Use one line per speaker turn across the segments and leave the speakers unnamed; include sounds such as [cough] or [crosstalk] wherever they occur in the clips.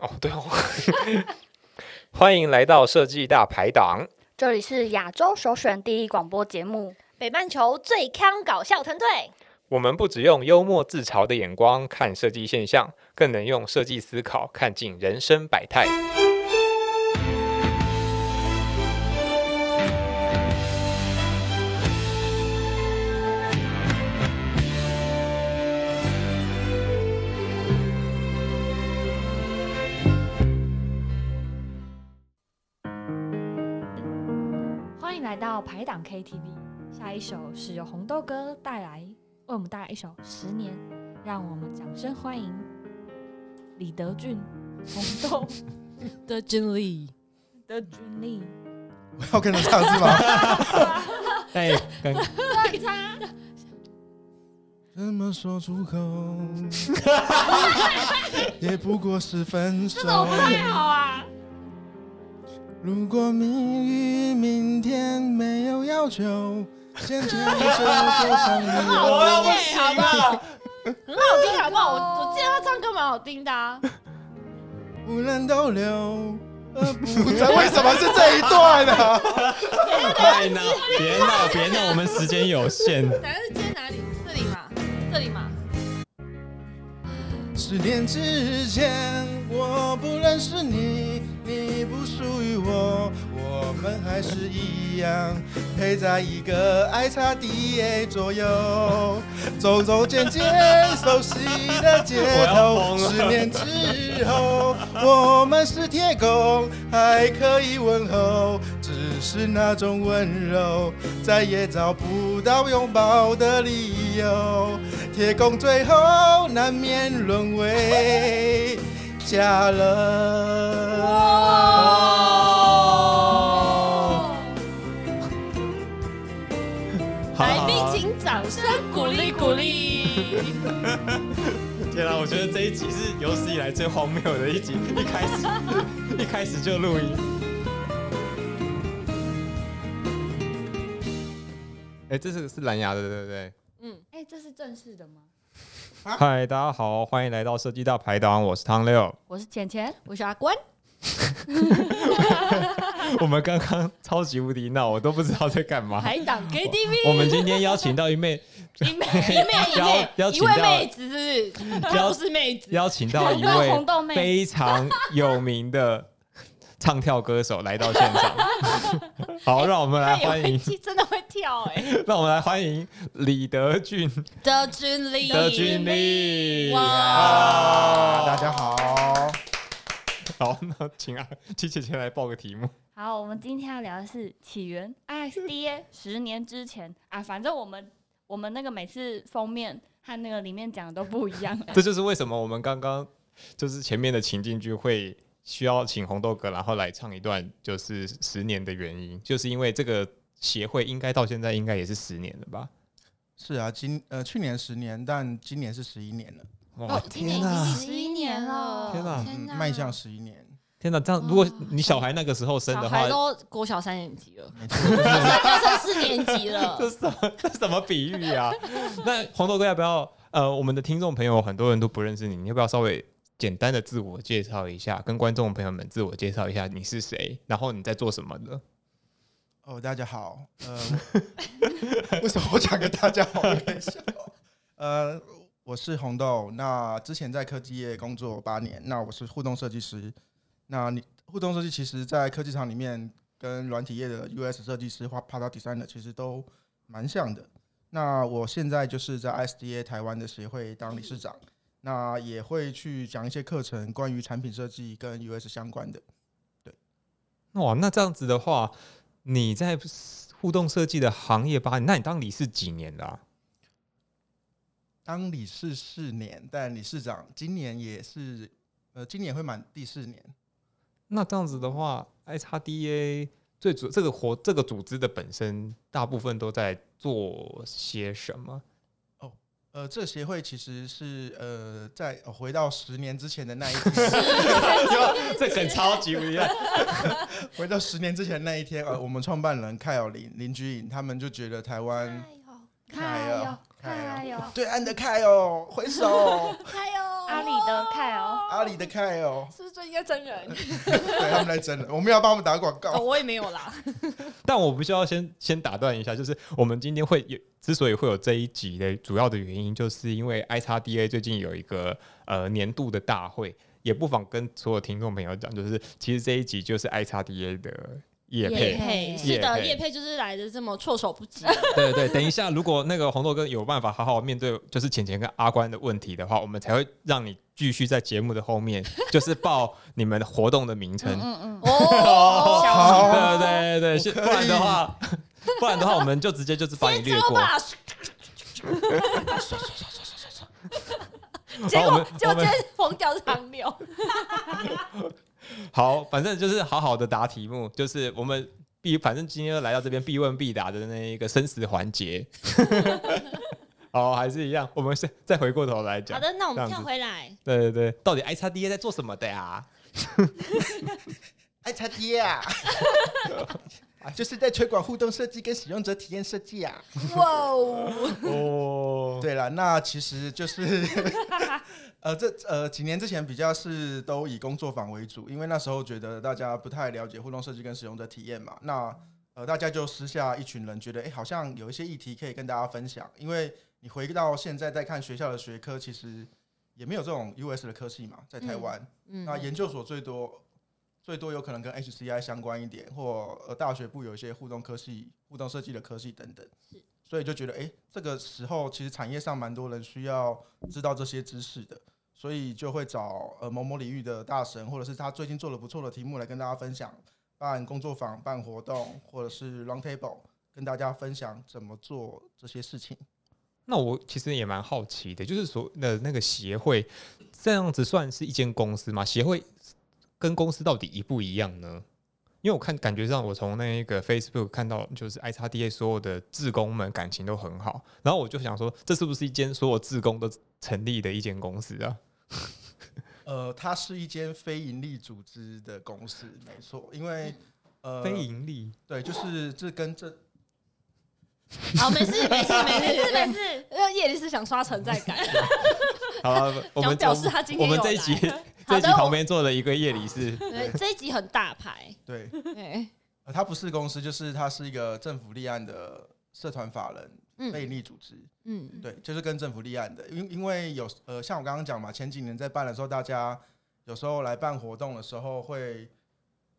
哦，对哦， [laughs] 欢迎来到设计大排档，
这里是亚洲首选第一广播节目，
北半球最康搞笑团队，
我们不只用幽默自嘲的眼光看设计现象，更能用设计思考看尽人生百态。
欢迎来到排档 KTV，下一首是由红豆哥带来，为我们带来一首《十年》，让我们掌声欢迎李德俊、红豆
的经
[laughs]
历。
的俊力。
我要跟着唱是
[laughs]
吗？
哎，刚
怎么说出口？也不过是分手。
好啊！
如果命运明天没有要求，先牵手走上
[laughs]
你
我要不
的
行了，
啊很好听好不好？我我记得他唱歌蛮好听的、啊，
路， [laughs] 无人逗留。呃不
[laughs]
为什么是这一段呢、
别闹，别闹，别闹，我们时间有限。
等下是接哪里？这里嘛，这里嘛，
十年之前，我不认识你，你不属于我，我们还是一样，陪在一个 I 叉 D A 左右， [laughs] 走走渐渐熟悉的街头。十年之后，我们是铁狗，还可以问候，只是那种温柔，再也找不到拥抱的理由。铁公最后难免沦为家人。
来宾请掌声鼓励鼓励。
天啊，我觉得这一集是有史以来最荒谬的一集，一开始一开始 [laughs] 就录音。哎、这是是蓝牙的，对不对？
哎、这是正式的吗？
嗨，大家好，欢迎来到设计大排档，我是汤六。
我是浅浅，
我是阿关，
[laughs] 我们刚刚超级无敌闹，我都不知道在干嘛。
排档 KTV
我们今天邀请到一妹，
[laughs] 一
[laughs]
妹一妹一
邀邀
妹一
请
位
到
妹子是不是？她不是妹子，
邀请到一
红豆
位
红豆妹
非常有名的 [laughs] 唱跳歌手来到现场。 [laughs] 好，让我们来
她也
欢
会
迎，
跳，哎真的会跳哎、
[laughs] 让我们来欢迎李德俊
德军力，
德俊力。
哇
大家好，
好，那请啊， [laughs] 七姐姐来报个题目。。
好，我们今天要聊的是起源 [laughs] ISDA 十年之前啊，反正我们我们那个每次封面和那个里面讲的都不一 [laughs] 样
这就是为什么我们刚刚就是前面的情境剧会需要请红豆哥，然后来唱一段就是十年的原因，就是因为这个协会应该到现在应该也是十年了吧？
是啊，今呃去年十年，但今年是十一年了，
哇，
今年已经
哪！
十一年了
哦天哪
嗯，迈向十一年，
天哪！这样，如果你小孩那个时候生的
小
话
孩，都国小三年级了，
没错，就是
现在升四年级
[laughs]
了
这。是什么？ [laughs] 这是什么比喻啊？那红豆哥要不要？呃，我们的听众朋友很多人都不认识你，你要不要稍微简单的自我介绍一下，跟观众朋友们自我介绍一下你是谁，然后你在做什么的？
哦，大家好，呃，我为什么我讲个大家好？有点笑呃，我是红豆，那之前在科技业工作八年，那我是互动设计师。那你互动设计其实，在科技厂里面跟软体业的 US 设计师或 Product Designer 其实都蛮像的。那我现在就是在 SDA 台湾的协会当理事长，那也会去讲一些课程关于产品设计跟 US 相关的。
哇，那这样子的话，你在互动设计的行业吧，那你当理事几年了、啊？
当理事四年，但理事长今年也是，呃，今年会满第四年。
那这样子的话，I x D A 最主这个活这个组织的本身，大部分都在做些什么？
呃，这协会其实是呃，在、哦回到十年之前的那一天，
[laughs]
[laughs]
这梗超级无敌烂。
回到十年之前那一天，呃，我们创办人凯尔林林居颖他们就觉得台湾凯
哟
尔
嗨哟，
对岸的凯哦，回首 [laughs]
哎呦，
阿里的凯哦，
阿里的 K 哦，
是不是最近在真
[laughs]
人？
对他们来真的，我们要帮他们打广
哦，
告。
我也没有啦。
但我必须要先先打断一下，就是我们今天会有之所以会有这一集的主要的原因，就是因为 I x D A 最近有一个呃年度的大会，也不妨跟所有听众朋友讲，就是其实这一集就是 I x D A 的
业
夜配。
配
业
是的，
配
叶配就是来的这么措手不及。
对对对，等一下，如果那个红豆哥有办法好好面对，就是浅浅跟阿关的问题的话，我们才会让你继续在节目的后面， [laughs] 就是报你们活动的名
[laughs]
称。
嗯嗯
哦，
好，
对对对，是
可
不
以
然的话， [laughs] 不然的话，我们就直接就是把你略过。
[laughs] 结
好我
果
们
就
我们
真疯掉长流。
好，反正就是好好的答题目，就是我们必反正今天就来到这边必问必答的那一个生死环节。 [laughs] 好，还是一样，我们是再回过头来
好
讲。
的，那我们
这样
跳
子
回来。
对对对，到底 I x D A 在做什么的啊呀？
爱茶爹啊， [laughs] 就是在推广互动设计跟使用者体验设计啊。
哇哦！
哦，
对了，那其实就是， [laughs] 呃，这呃几年之前比较是都以工作坊为主，因为那时候觉得大家不太了解互动设计跟使用者体验嘛，那呃大家就私下一群人觉得，哎、好像有一些议题可以跟大家分享，因为你回到现在再看学校的学科，其实也没有这种 US 的科系嘛，在台湾，
嗯
那研究所最多最多有可能跟 HCI 相关一点，或呃大学部有一些互动科系、互动设计的科系等等。所以就觉得，哎、这个时候其实产业上蛮多人需要知道这些知识的，所以就会找呃某某领域的大神，或者是他最近做的不错的题目来跟大家分享，办工作坊、办活动，或者是 round table，跟大家分享怎么做这些事情。
那我其实也蛮好奇的，就是所那那个协会这样子算是一间公司吗？协会跟公司到底一不一样呢？因为我看感觉上，我从那个 Facebook 看到，就是 I x D A 所有的志工们感情都很好，然后我就想说，这是不是一间所有志工都成立的一间公司啊？
呃，它是一间非营利组织的公司，没错，因为呃，
非盈利，
对，就是这跟这
好，没事没事 [laughs] 没事。
但是呃，叶丽是想刷存在感，
好啊，我
想
们
表示他今
我
天
们
有
这一
来
集
[laughs]
[laughs]
好
这
的
一集旁边坐了一个夜里是
[laughs] 对这一集很大牌，
对，
对，
呃它不是公司，就是它是一个政府立案的社团法人非
嗯
营利组织。
嗯，
对，就是跟政府立案的，因因为有呃，像我刚刚讲嘛，前几年在办的时候，大家有时候来办活动的时候会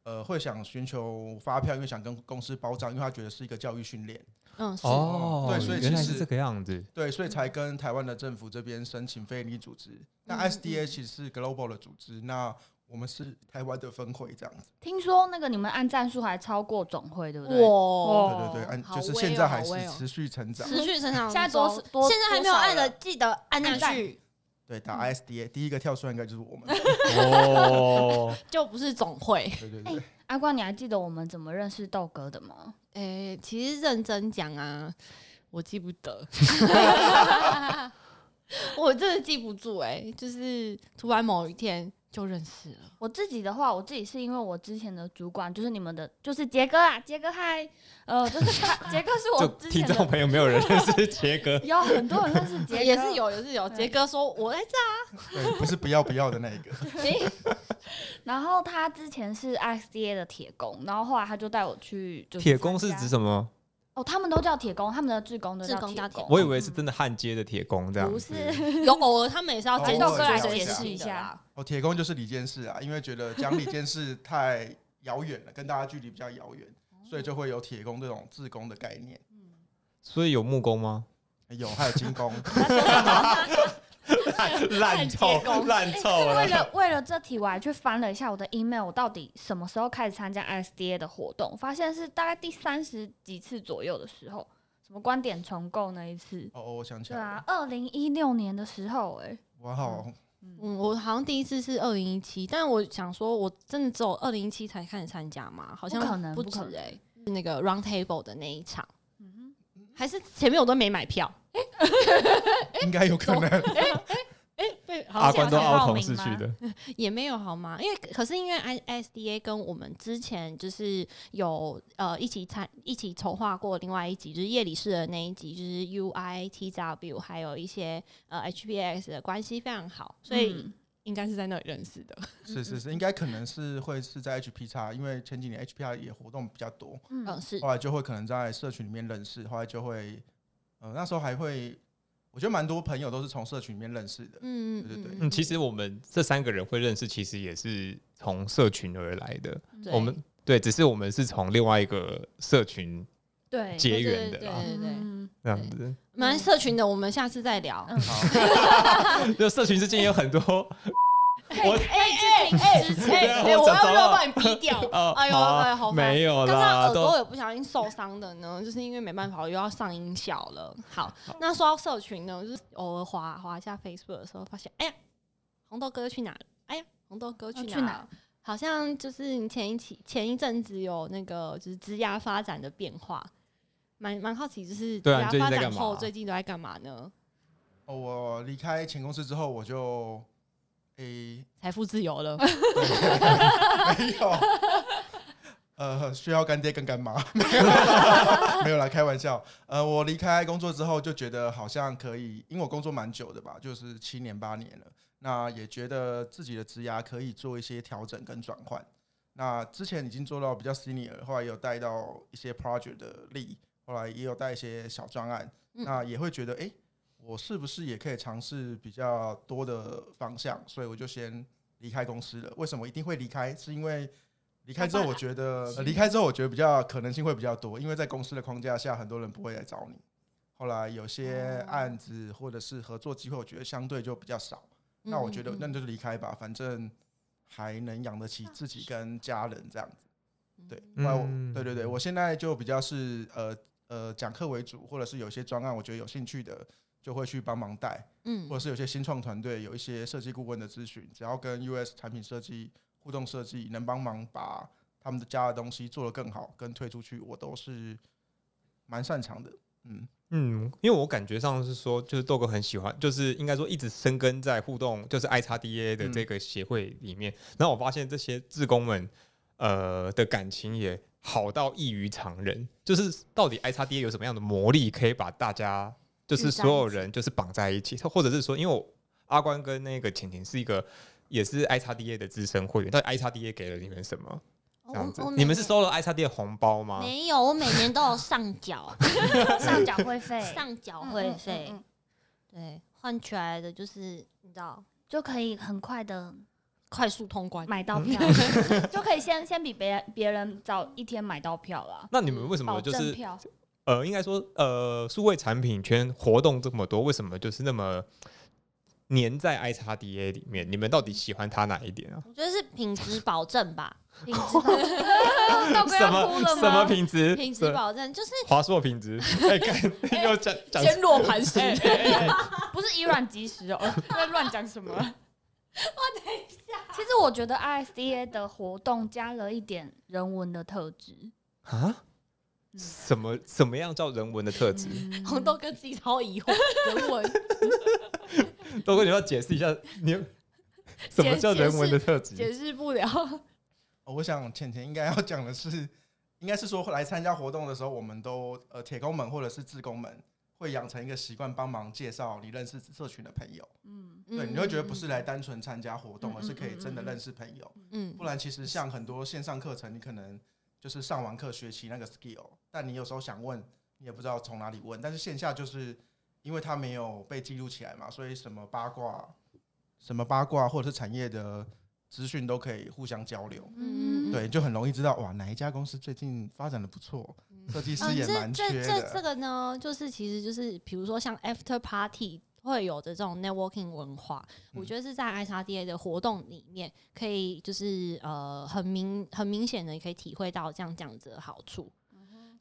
呃会想寻求发票，因为想跟公司包账，因为他觉得是一个教育训练，
嗯是，
哦，
对所以
原来
其实
是这个样子，
对，所以
嗯
才跟台湾的政府这边申请非营利组织。那
嗯
SDA 其实是 global 的组织，那我们是台湾的分会这样子。
听说那个你们按战术还超过总会，对不对？
哇，哦
对对对，
啊
按就是现在还是持续成长。
持续成长中，
现在多多
现在还没有
多少
按的，
了
记得按下去，
对，
嗯
打 SDA 第一个跳出来应该就
[laughs]
是我们。
哦，
就不是总会。
对对对，
阿光，你还记得我们怎么认识豆哥的吗？
[laughs] 诶，其实认真讲啊，我记不得， [laughs] 我真的记不住哎，就是突然某一天就认识了。
我自己的话，我自己是因为我之前的主管就是你们的，就是杰哥啊，杰哥 [laughs] 嗨，呃，就是他杰哥是
就
我之
听
前
众
[laughs] 的，，
朋友没有人认识杰哥
有很多人认识杰哥，
也是有，也是有。杰哥说我在这
对，不是不要不要的那一个。
然后他之前是 XDA 的铁工，然后后来他就带我去就是
铁工是
参加
指什么？
哦，他们都叫铁工，他们的志工都
志
叫
工
铁
叫
工。
我以啊为是真的焊接的铁工这样，
不是，
[laughs] 有偶尔他们也是要
哎
坚
豆哥来
持
解释
一下
哦，铁公就是李监事啊，因为觉得讲李监事太遥远了，跟大家距离比较遥远，
哦
所以就会有铁工这种自工的概念。哎
所以有木工
[laughs]
吗？
有，还有精工，
烂
铁
[laughs]
工
烂透
哎为了为了这题，我还去翻了一下我的 email，我到底什么时候开始参加 SDA 的活动？发现是大概第三十几次左右的时候，什么观点重构那一次。
[laughs] 哦，我想起
对
来了
啊，，二零一六年的时候、哎，
哇哦，
嗯，我好像第一次是二零一七，但我想说，我真的只有二零一七才开始参加嘛，好像
不可能
不
不
止
可能
哎、是那个 round table 的那一场，
嗯
还是前面我都没买票，
[laughs] 应该有可 [laughs] 能。
哎、被
[laughs] 阿
好
关
像
都
想
凹
报
同
名
是去
吗
的，
[laughs] 也没有好吗？因为可是因为 I S D A 跟我们之前就是有呃一起参一起筹划过另外一集，就是夜里式的那一集，就是 U I T W 还有一些呃 H B X 的关系非常好，所以
嗯
应该是在那里认识的。
是是是，应该可能是会是在 HP 叉，因为前几年 HP 叉也活动比较多，
嗯，是
后来就会可能在社群里面认识，后来就会，呃，那时候还会，我觉得蛮多朋友都是从社群里面认识的。
嗯
对对对
嗯，其实我们这三个人会认识，其实也是从社群而来的。我们对，只是我们是从另外一个社群
对
结缘的
对
啦，
对对对，
嗯
这样子。 [laughs]
蛮社群的，我们下次再
嗯
聊。
好，
就社群之间有很多我
哎哎哎哎
对啊
哎，
我
我
找
要
找到？
不要把你逼掉
[laughs] 哦，
哎呦，
好
哎，好烦
没。有
刚刚
啦，
耳朵
都
有不小心受伤的呢，就是因为没办法，我又要上音效了。好，那说到社群呢，就是偶尔滑滑一下 Facebook 的时候，发现，哎呀，红豆哥去哪了？哎呀，红豆哥去
哦
哪
去
了？
哪
好像就是你前一期前一阵子有那个就是枝丫发展的变化，蛮蛮好奇，就是枝
对啊
丫
你最近
发
在
展
干嘛
后最近都在干嘛呢？
哦我离开前公司之后，我就诶、
财富自
[laughs]
由了，
没有，呃，需要干爹跟干妈，没有啦，没有啦，开玩笑。呃，我离开工作之后就觉得好像可以，因为我工作蛮久的吧，就是七年八年了，那也觉得自己的职涯可以做一些调整跟转换。那之前已经做到比较 senior，后来也有带到一些 project 的力，后来也有带一些小专案，
嗯
那也会觉得，诶，我是不是也可以尝试比较多的方向？所以我就先离开公司了。为什么一定会离开？是因为离开之后，我觉得呃离开之后，我觉得比较可能性会比较多，因为在公司的框架下，很多人不会来找你。后来有些案子或者是合作机会，我觉得相对就比较少。那我觉得
嗯嗯嗯
那就离开吧，反正还能养得起自己跟家人这样子。对，
嗯
那我对对对，我现在就比较是呃呃讲课为主，或者是有些专案我觉得有兴趣的，就会去帮忙带，
嗯
或者是有些新创团队有一些设计顾问的咨询，只要跟 US 产品设计互动设计能帮忙把他们的家的东西做得更好，跟推出去，我都是蛮擅长的。嗯，
嗯，因为我感觉上是说，就是豆哥很喜欢，就是应该说一直深耕在互动，就是 I x D A 的这个协会里面。然后我发现这些志工们，呃，的感情也好到异于常人，就是到底 I x D A 有什么样的魔力，可以把大家就是所有人就是绑在一起，或者是说，因为我阿关跟那个浅浅是一个。也是 I x D A 的资深会员，到底 I x D A 给了你们什么？这样子
我我，
你们是
每
收了 I x D A 红包吗？
哦没有，我每年都有上
[laughs]
缴，
上缴会费，
上缴
嗯
会
嗯
费。
嗯嗯
对，换起来的就是你知道，
就可以很快的
快速
[laughs]
通关。
买
嗯
到票，就可以先先比别别人早一天买到票了，
那你们为什么
保
就是
证票。
呃，应该说，呃，数位产品圈活动这么多，为什么就是那么粘在 I x D A 里面？你们到底喜欢它哪一点啊？
我觉得是品质保证吧，
品质保
[laughs]
证 [laughs] 豆哥
什
要哭
么
了吗？
什么品质？
品质
什
保证就是
华硕品质？哎，干又讲讲
坚若磐
[laughs]
石。
[laughs]
不是以卵击石哦， [laughs] 在乱讲什么？我等一下。其实我觉得 ISDA 的活动加了一点人文的特质，
啊？什么什么样叫人文的特质？
嗯
红豆哥自己超
[laughs]
疑惑，人文
豆哥，你要解释一下，你什么叫人文的特质？
解释不了。
哦我想浅浅应该要讲的是，应该是说来参加活动的时候，我们都呃铁工们或者是志工们会养成一个习惯，帮忙介绍你认识社群的朋友。
嗯，
对，
嗯
你会觉得不是来，单纯参加活动，
嗯
而是可以真的认识朋友。
嗯
不然其实像很多线上课程，你可能就是上完课学习那个 skill，但你有时候想问，你也不知道从哪里问。但是线下就是因为它没有被记录起来嘛，所以什么八卦、什么八卦或者是产业的资讯都可以互相交流。
嗯
对，就很容易知道哇，哪一家公司最近发展的不错， [laughs] 设计师
嗯，
也
这
蛮缺
这这这
的。
个呢，就是其实就是比如说像 after party 会有的这种 networking 文化，我
嗯
觉得是在 I x D A 的活动里面，可以就是呃很明很明显的可以体会到这样这样子的好处。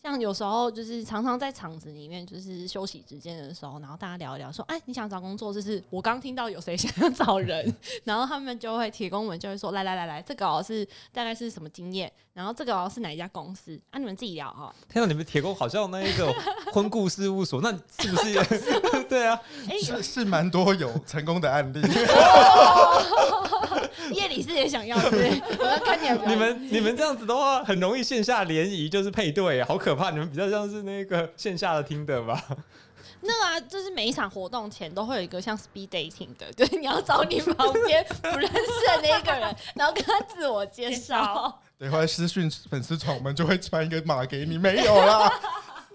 像有时候就是常常在场子里面，就是休息时间的时候，然后大家聊一聊，说：“哎，你想找工作？”就是我刚听到有谁 [laughs] 想要
[laughs]
找人，然后他们就会提供我们，就会说：“来来来来，这个哦是大概是什么经验，然后这个哦是哪一家公司啊？你们自己聊哦。
看到你们铁工好像那一个婚故事务所，那是不是？ [laughs] 对啊，
哎
是是蛮多
[laughs]
有成功的案例， [laughs]
夜里是也想要，对不对？我要看你
你们你们这样子的话，很容易线下联谊就是配对，好可怕！你们比较像是那个线下的听的吧？
[laughs] 那个啊，就是每一场活动前都会有一个像 speed dating 的，就是你要找你旁边不认识的那一个人，然后跟他自我介绍，
对，后来私讯粉丝团，我们就会传一个码给你，没有啦。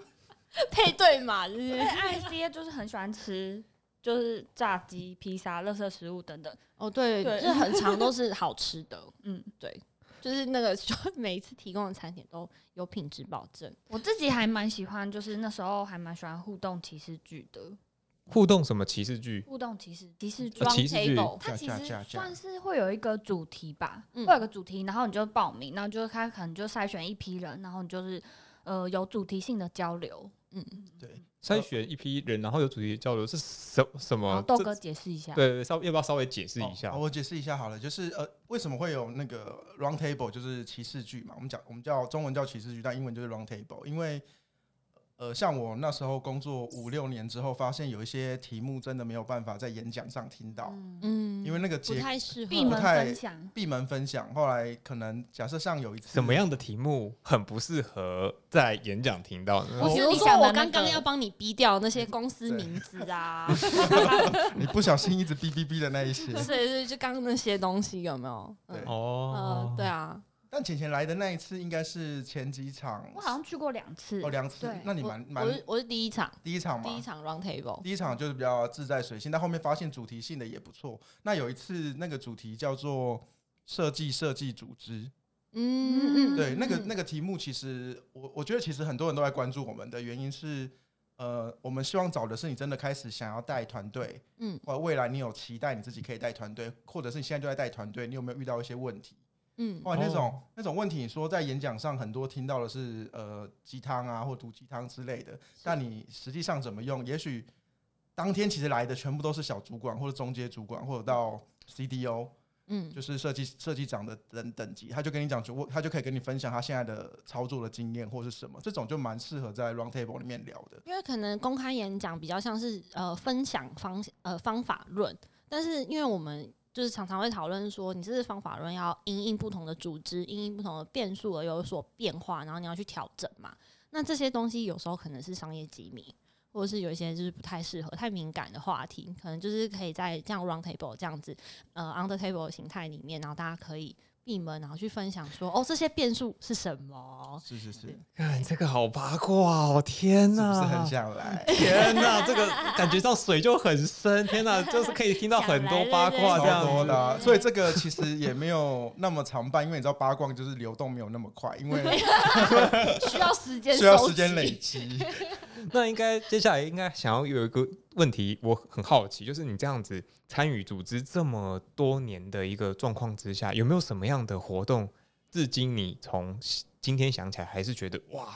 [laughs]
配对嘛，就是
因为 I C A 就是很喜欢吃，就是炸鸡、披萨、垃圾食物等等。
哦对，
对
就是很长都是好吃的，
嗯，
就是那个就每一次提供的餐点都有品质保证。
我自己还蛮喜欢，就是那时候还蛮喜欢互动骑士剧的。
[laughs] 互动什么歧视剧？
互动骑士骑士剧
呃，歧视剧
table
它其
啊架
实
架架架
算是会有一个主题吧，
嗯
会有个主题，然后你就报名，然后就是他可能就筛选一批人，然后你就是呃有主题性的交流。
筛选一批人，然后有主题交流是什什
哦
然后
么？
豆
这
哥解释一下，嗯
对对，稍要不要稍微解释一下
哦好？我解释一下好了，就是呃，为什么会有那个 round table，就是歧视剧嘛？我们讲我们叫中文叫歧视剧，但英文就是 round table，因为呃，像我那时候工作五六年之后，发现有一些题目真的没有办法在演讲上听到，
嗯，
嗯
因为那个
不
结哦
太适合
闭门
太
分享，
闭门分享，后来可能假设像有一次
什么样的题目很不适合在演讲听到呢？
比
比
如
如
说
说
我
我
刚
刚
刚
刚
要
要
帮你逼掉那
嗯
些公司名
名
字
[laughs]
啊，
你不小心一直哔哔哔的那一些。
对对，就刚刚那些东西有没有？
对
嗯，
哦
呃，对啊，
但浅浅来的那一次应该是前几场，
我好像去过两次
哦，两次
对，
那你
我
蛮
我是
蛮
我是第一场，
第一场嘛，
第一场 round table，
第一场就是比较自在随性，但后面发现主题性的也不错。那有一次那个主题叫做设计设计组织，
嗯嗯，
对，那个
嗯
那个题目其实我我觉得其实很多人都在关注我们的原因是，呃，我们希望找的是你真的开始想要带团队，
嗯
或未来你有期待你自己可以带团队，或者是你现在就在带团队，你有没有遇到一些问题？
嗯
哇，那
哦
种那种问题，你说在演讲上很多听到的是呃鸡汤啊或毒鸡汤之类的，但你实际上怎么用？也许当天其实来的全部都是小主管或者中阶主管，或者到 CDO，
嗯
就是设计设计长的等等级，他就跟你讲，就我他就可以跟你分享他现在的操作的经验或是什么，这种就蛮适合在 round table 里面聊的。
因为可能公开演讲比较像是呃分享方呃方法论，但是因为我们就是常常会讨论说，你这是方法论要因应不同的组织、因应不同的变数而有所变化，然后你要去调整嘛。那这些东西有时候可能是商业机密，或者是有一些就是不太适合、太敏感的话题，可能就是可以在这样 round table 这样子呃 under table 的形态里面，然后大家可以闭门，然后去分享说，哦，这些变数是什么？
是是是，是
看这个好八卦哦！天
不
哪，
是很想来？
天哪，这个感觉到水就很深，天哪，就是可以听到很多八卦这
超多
样
的
子。
啊、所以这个其实也没有那么常办，因为你知道八卦就是流动没有那么快，因为
需要时 [laughs] 间，
需要时间累。积。
[laughs] 那应该接下来应该想要有一个问题，我很好奇，就是你这样子参与组织这么多年的一个状况之下，有没有什么样的活动，至今你从今天想起来还是觉得哇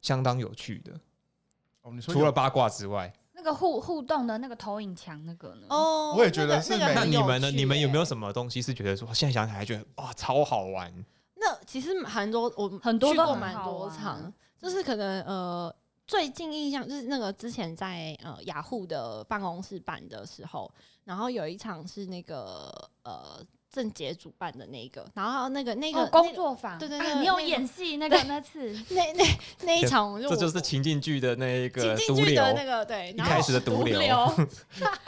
相当有趣的？
[laughs] 哦，你说
除
有
了八卦之外，
那个互互动的那个投影墙那个呢？
哦，
我也觉得
那个
是
那个
美
那
很
你
有
们呢？
趣
你们有
耶
没有什么东西是觉得说现在想起来还觉得哇超好玩？
那其实很多我
很多
去
都
过
很
蛮
好啊
多
玩
场，就是可能呃最近印象就是那个之前在呃雅虎的办公室办的时候，然后有一场是那个呃郑杰主办的那个，然后那个那个、
哦，工作坊，
对对
啊
那
你
个那
有
个
演
[laughs]
戏那个那次，
那那那那一
这
场我就
这
我
就是情境剧的那一
情
个
境
毒
剧
瘤
的，那个对，
一
然后
开始的毒瘤，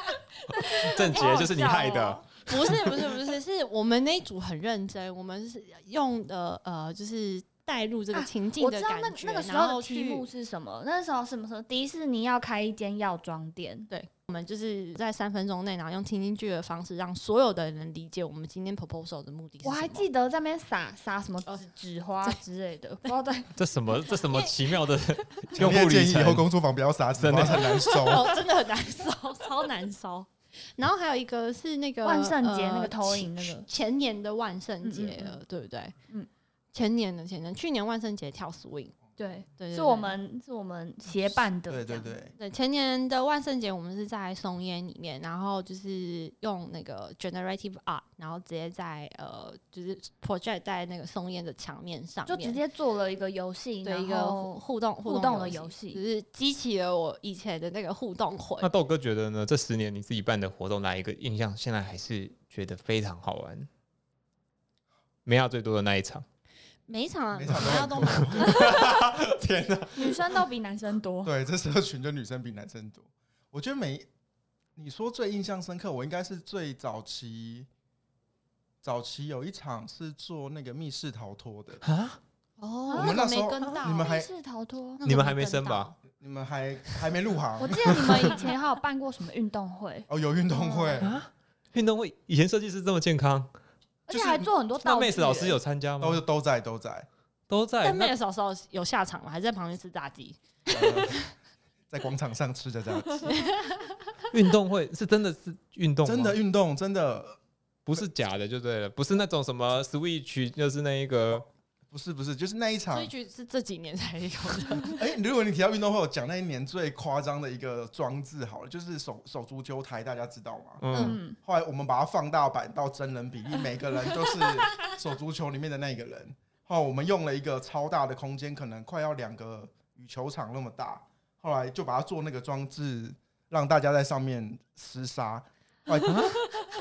[laughs] 郑杰就是你害的。
不是不是不是，是我们那一组很认真，我们是用的呃，就是带入这个
啊
情境
我
的
知道
感
那
觉，
那个时
然
候
后
的题
去
目是什么？那时候什么时候？迪士尼要开一间药妆店，
对，我们就是在三分钟内，然后用听进去的方式，让所有的人理解我们今天 proposal 的目的是什
我
么。
还记得在那边撒撒什么
哦
纸纸花之类的，不知道在
这什么这什么奇
[laughs]
妙的
强
用
烈
户
建
里
议以后
程？
工作坊不要撒纸
真的
花，很难收。
[laughs] 哦，真的很难烧， [laughs] 超难烧。然后还有一个是那个
万圣节那
呃
个投影那
前
个，
前年的万圣节
嗯嗯嗯
了，对不对？嗯
嗯，
前年的前年，去年万圣节跳 swing，
对，
[laughs] 对对
是
对
我们是我们协办的，
对
这
对
样
对，
对，前年的万圣节我们是在松烟里面，然后就是用那个 generative art，然后直接在呃，就是 project 在那个松烟的墙面上
就
面，
直接做了一个游戏，
对
然
一个互
后
互动互
互动的
游
游
戏，
戏
就是激起了我以前的那个互动魂
那。
啊
豆哥觉得呢？这十年你自己办的活动，哪一个印象现在还是觉得非常好玩？梅亚最多的那一场，
每一场啊
每场都
大家都蛮
[laughs] 天哪！
女生都比男生多。
[laughs] 对，这社群就女生比男生多。我觉得每你说最印象深刻，我应该是最早期，早期有一场是做那个密室逃脱的，
啊，
哦，
我们那
个
时
没
候 [laughs]
跟到，
你们还
密室逃脱，
那个
你们还没
跟
生
到
吧？
你们还还没入
我
行，
记得你们以前还有办过什么运动会
哦，有运动会，
啊
运动会以前设计师这么健康，
而
就
且
是
还做很多道
那
具、
妹子老师
欸
有参加吗？
都都在都在， [laughs]
都在
哎
但妹
那
的嫂嫂有下场吗？还在旁边吃炸
[laughs]
鸡？
呃在广场上吃着这样子，
[laughs]
运动会是真的是运动吗，
真的运动真的
不是假的就对了，不是那种什么 Switch 就是那一个
不是不是，就是那一场
所以。句是这几年才有的。
哎、如果你提到运动会，我讲那一年最夸张的一个装置好了，就是手手足球台，大家知道吗？
嗯
嗯，
后来我们把它放大版到真人比例，每个人都是手足球里面的那个人。后来我们用了一个超大的空间，可能快要两个羽球场那么大。后来就把它做那个装置，让大家在上面厮杀。啊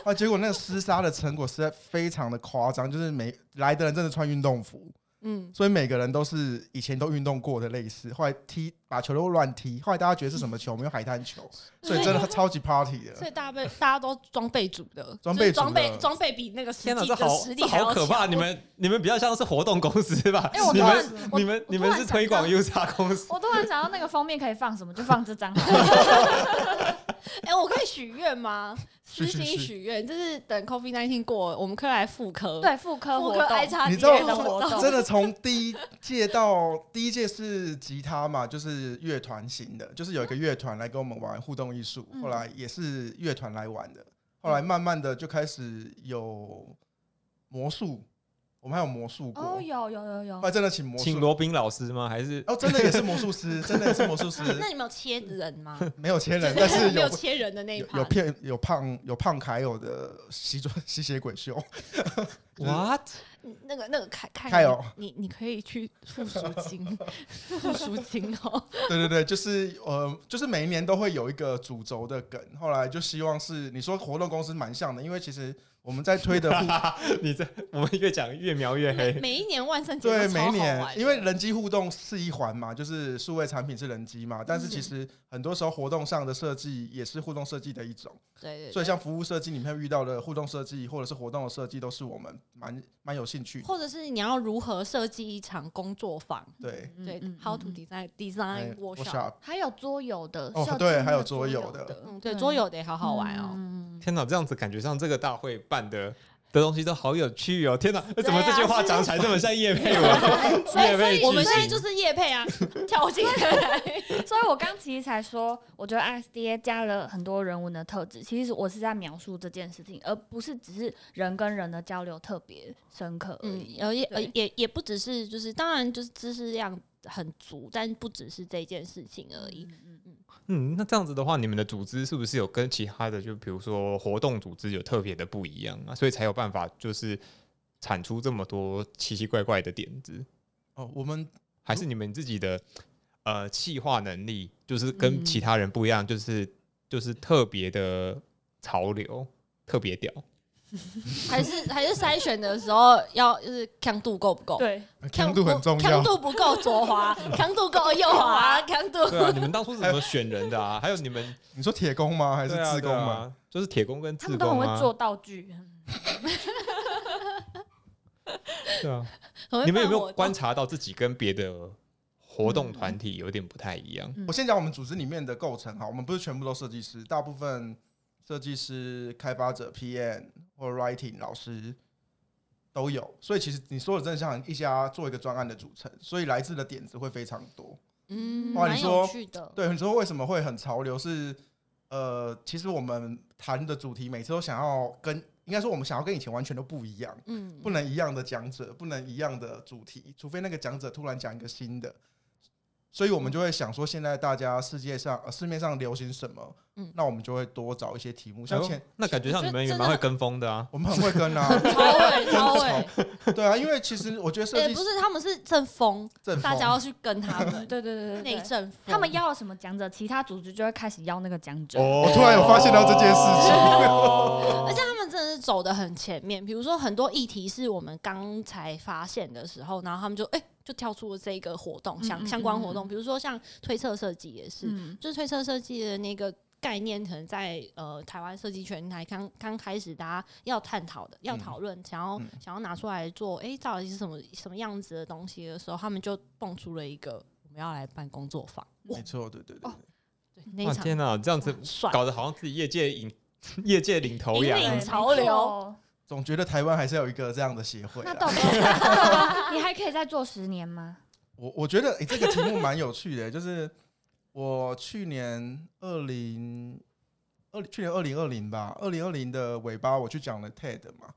啊！结果那个厮杀的成果实在非常的夸张，就是每来的人真的穿运动服，
[laughs] 嗯，
所以每个人都是以前都运动过的类似。后来踢把球都乱踢，后来大家觉得是什么球？没有海滩球，
[laughs]
所以真的超级 party 的。
所以大家被大家都装备组的，
装
就是
备组
装备
的
装备比那个实
天哪，
际
这
的
好
实力
这
还要
好可怕！
强
你们你们比较像是活动公司吧？
哎、我突
你
然
们
我
你们
我
你
突
们
然
是
想
推广
到
U 叉公司，
我突然想到那个封面可以放什么，就放这张好了。
哎、我可以许愿吗？
是
私
是
心
是
许愿，就是等 COVID 1 9过，我们可以来复刻。，
对，妇科
复
活
刻 I
动，
叉
你
D
知道
A 的
[laughs]
活动。
真的从第一届到第一届是吉他嘛，就是乐团型的，就是有一个乐团来跟我们玩互动艺术，
嗯
后来也是乐团来玩的，后来慢慢的就开始有魔术，我们还有魔术过，
哦，有有有有
后，来真的请魔
请
术，
罗宾老师吗？还是
哦，真的也是魔术
[laughs]
师，真的也是魔术师，
[laughs] [laughs] 那你们有切人吗？
没有千 [laughs] 人，但是
没
有
有。切人的那一
有
趴
有。骗有胖有胖凯友的吸装 [laughs] 吸血鬼秀，
what？
嗯那个那个凯凯
凯
你
哦
你你可以去付赎
[laughs]
金，付赎金哦。
对对对，就是呃，就是每一年都会有一个主轴的梗，后来就希望是你说活动公司蛮像的，因为其实我们在推
[laughs]
的互
[laughs] 你这我们越讲越描越
每
黑。
每一年万圣节
对
都
每一
超好
年，
玩
因为人机互动是一环嘛，就是数位产品是人机嘛，但是
嗯
其实很多时候活动上的设计也是互动设计的一种，
对对
所
对，
以像服务设计里面遇到的互动设计或者是活动的设计，都是我们蛮蛮有兴趣的。
或者是你要如何设计一场工作坊？
对
嗯
对
嗯
，How to design design
哎
嗯 workshop。
还有桌游的
哦
设计
对
那
还有
个
桌游的
的，
嗯，对，桌游得好好玩
嗯
哦。
天哪，这样子感觉上这个大会办的的东西都好有趣哦！天哪，怎么这句话讲起来这么像叶佩文？ [laughs] 叶佩，
我们现在就是叶
[laughs]
配啊，跳进来。
嗯所以我刚其实才说，我觉得 ISDA 加了很多人文的特质。其实我是在描述这件事情，而不是只是人跟人的交流特别深刻而
嗯
已。，
而也呃
对
也也不只是就是，当然就是知识量很足，但不只是这件事情而已。
嗯，那这样子的话，你们的组织是不是有跟其他的，就比如说活动组织有特别的不一样啊？所以才有办法就是产出这么多奇奇怪怪的点子，
哦，我们
还是你们自己的呃气化能力，就是跟其他人不一样，就是就是特别的潮流，特别屌。
还是还是筛选的时候要就是强度够不够？，
对，
强度很重要
强，度不够
[laughs]
左滑，强度够右滑，强度。
对啊，你们当初是怎么选人的啊？还有你们
你说铁工吗？还是
对啊
自工
对啊
吗？
就是铁工跟
他
自
们都很
工
会
啊，
做道具。
对啊。
很会
你们有没
办
有
活动
观察到自己跟别的活
嗯
动团体有点不太一样？
我先讲我们组织里面的构成哈，我们不是全部都设计师，大部分设计师、开发者、PM 或 writing 老师都有，所以其实你说的真的像一家做一个专案的组成，所以来自的点子会非常多。
嗯，
哇你
蛮
说
有趣的。
对，你说为什么会很潮流是？呃，其实我们谈的主题每次都想要跟，应该说我们想要跟以前完全都不一样，
嗯，
不能一样的讲者，不能一样的主题，除非那个讲者突然讲一个新的。所以我们就会想说，现在大家世界上、呃、市面上流行什么，
嗯
那我们就会多找一些题目，像前
哎呦那感觉上你们也
我觉得真的
蛮会跟风的啊。
我们很会跟
[laughs]
啊，
超
[laughs]
伟超伟，
对啊，因为其实我觉得设
也
计
不是他们是正风，
正
大
风
家要去跟
[laughs]
他们
对对对
那一阵风，
他们要了什么讲者，其他组织就会开始要那个讲者。
哦
我突然有发现到这件事情
[laughs]
哦
而且他们真的是走的很前面，比如说很多议题是我们刚才发现的时候，然后他们就哎、就跳出了这个活动
嗯嗯
相
嗯
相关活动，比如说像推测设计也是，
嗯，
就是推测设计的那个概念，可能在呃台湾设计圈才刚刚开始，大家要探讨的、要讨论、想要、
嗯
想要拿出来做，哎、到底是什么什么样子的东西的时候，他们就蹦出了一个我们要来办工作坊，哇
没，错，对对对，对
对，那
哇
一场
天哪，这样子
很帅，
搞得好像自己业界引 [laughs] 业界领头羊
引
对
领
啊。
潮流
没错
总觉得台湾还是要有一个这样的协会
那
啊。 [laughs]
到底到底你还可以再做十年吗？
我我觉得诶、这个题目蛮有趣的、就是我去年二零二去年二零二零吧，二零二零的尾巴我去讲了 TED 嘛，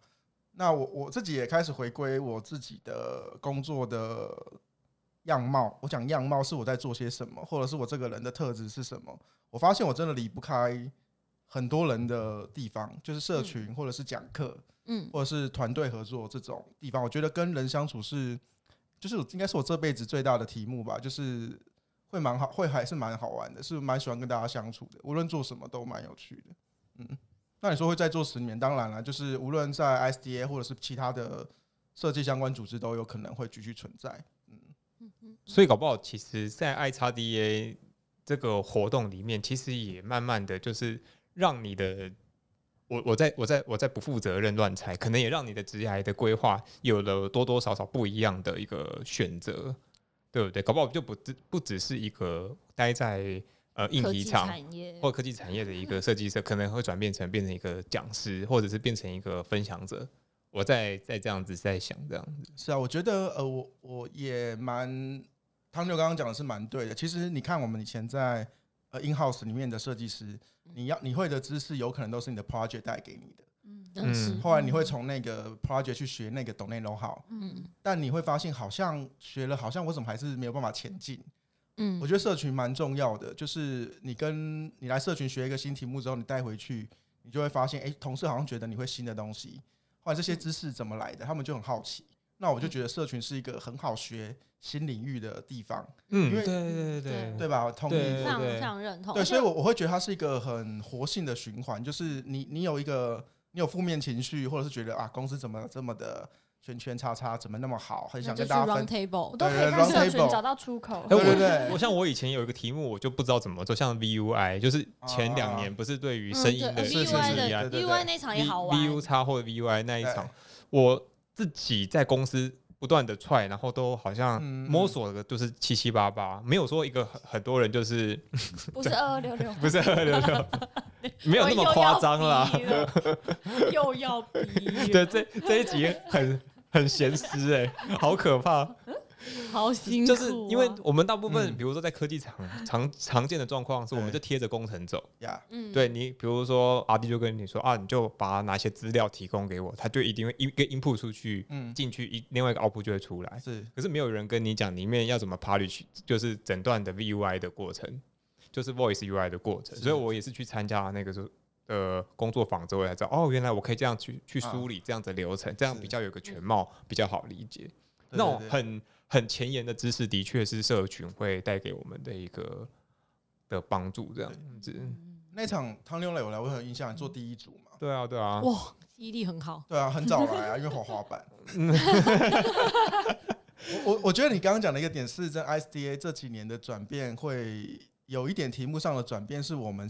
那我我自己也开始回归我自己的工作的样貌。我讲样貌是我在做些什么，或者是我这个人的特质是什么。我发现我真的离不开很多人的地方，就是社群或者是讲课。
嗯，
或者是团队合作这种地方，我觉得跟人相处是，就是我应该是我这辈子最大的题目吧，就是会蛮好，会还是蛮好玩的，是蛮喜欢跟大家相处的，无论做什么都蛮有趣的。嗯，那你说会再做十年？当然了，就是无论在 SDA 或者是其他的设计相关组织都有可能会继续存在。嗯，
所以搞不好，其实，在 I x D A 这个活动里面，其实也慢慢的就是让你的我我在我在我在不负责任乱猜，可能也让你的职涯的规划有了多多少少不一样的一个选择，对不对？搞不好就不只不只是一个待在呃硬
嗯科
体
技
厂哦
产业
或科技产业的一个设计师，可能会转变成变成一个讲师，或者是变成一个分享者。我在在这样子在想这样子，
是啊，我觉得呃，我我也蛮汤牛刚刚讲的是蛮对的。其实你看，我们以前在呃 in house 里面的设计师，你要你会的知识，有可能都是你的 project 带给你的。
嗯是
后来你会从那个 project 去学那个懂内 know how，
嗯
但你会发现好像学了，好像我怎么还是没有办法前进。
嗯
我觉得社群蛮重要的，就是你跟你来社群学一个新题目之后，你带回去，你就会发现，哎、同事好像觉得你会新的东西，后来这些知识怎么来的，他们就很好奇。那我就觉得社群是一个很好学新领域的地方，
嗯，
因为
对对对对
对吧？同意
嗯对
非常
对
非常认同，
对，
而
所以
且
我我会觉得它是一个很活性的循环，就是你你有一个你有负面情绪，或者是觉得啊公司怎么这么的圈圈叉叉，怎么那么好，很想
那就
跟
去
大家分。
round table
我都可
对
以在
round
社群
table
找到出口。
哎
对
我
对对，
我像我以前有一个题目，我就不知道怎么做，像 VUI，就是前两年不是对于声音
嗯
的
对
事情
VUI
是一样
的对对对
UI 那场也好玩
V U 叉或者 VUI 那一
对
场，我自己在公司不断的踹，然后都好像
嗯
摸索的就是七七八八，没有说一个很很多人
[laughs]
就是
不是二二六
[laughs]
六，
不是二六六，
[laughs]
没有那么夸张啦。
又要
[laughs]
逼了，
对，这这一集很很咸湿哎，好可怕。
好辛苦
就
啊、
是因为我们大部分，
嗯
比如说在科技厂常常见的状况是，我们
对
就贴着工程走。
呀，
嗯
对你，比如说阿弟就跟你说啊，你就把哪些资料提供给我，他就一定会一个 input 出去，
嗯，
进去一另外一个 output 就会出来。
是
可是没有人跟你讲里面要怎么 polish，就是整段的 VUI 的过程，就是 voice UI 的过程。
是
所以我也是去参加那个时候呃工作坊之后才知道，哦，原来我可以这样去去梳理这样的流程，这样
嗯是
比较有个全貌，比较好理解。那
对
种
对对
很很前沿的知识，的确是社群会带给我们的一个的帮助，这样子。
那场汤六来我来，我很有印象，你
嗯
做第一组嘛？
对啊，对啊，
哇，记忆力很好，
对啊，很早来啊，因为滑滑
[laughs]
板。我我我觉得你刚刚讲的一个点是，在 SDA 这几年的转变会有一点题目上的转变，是我们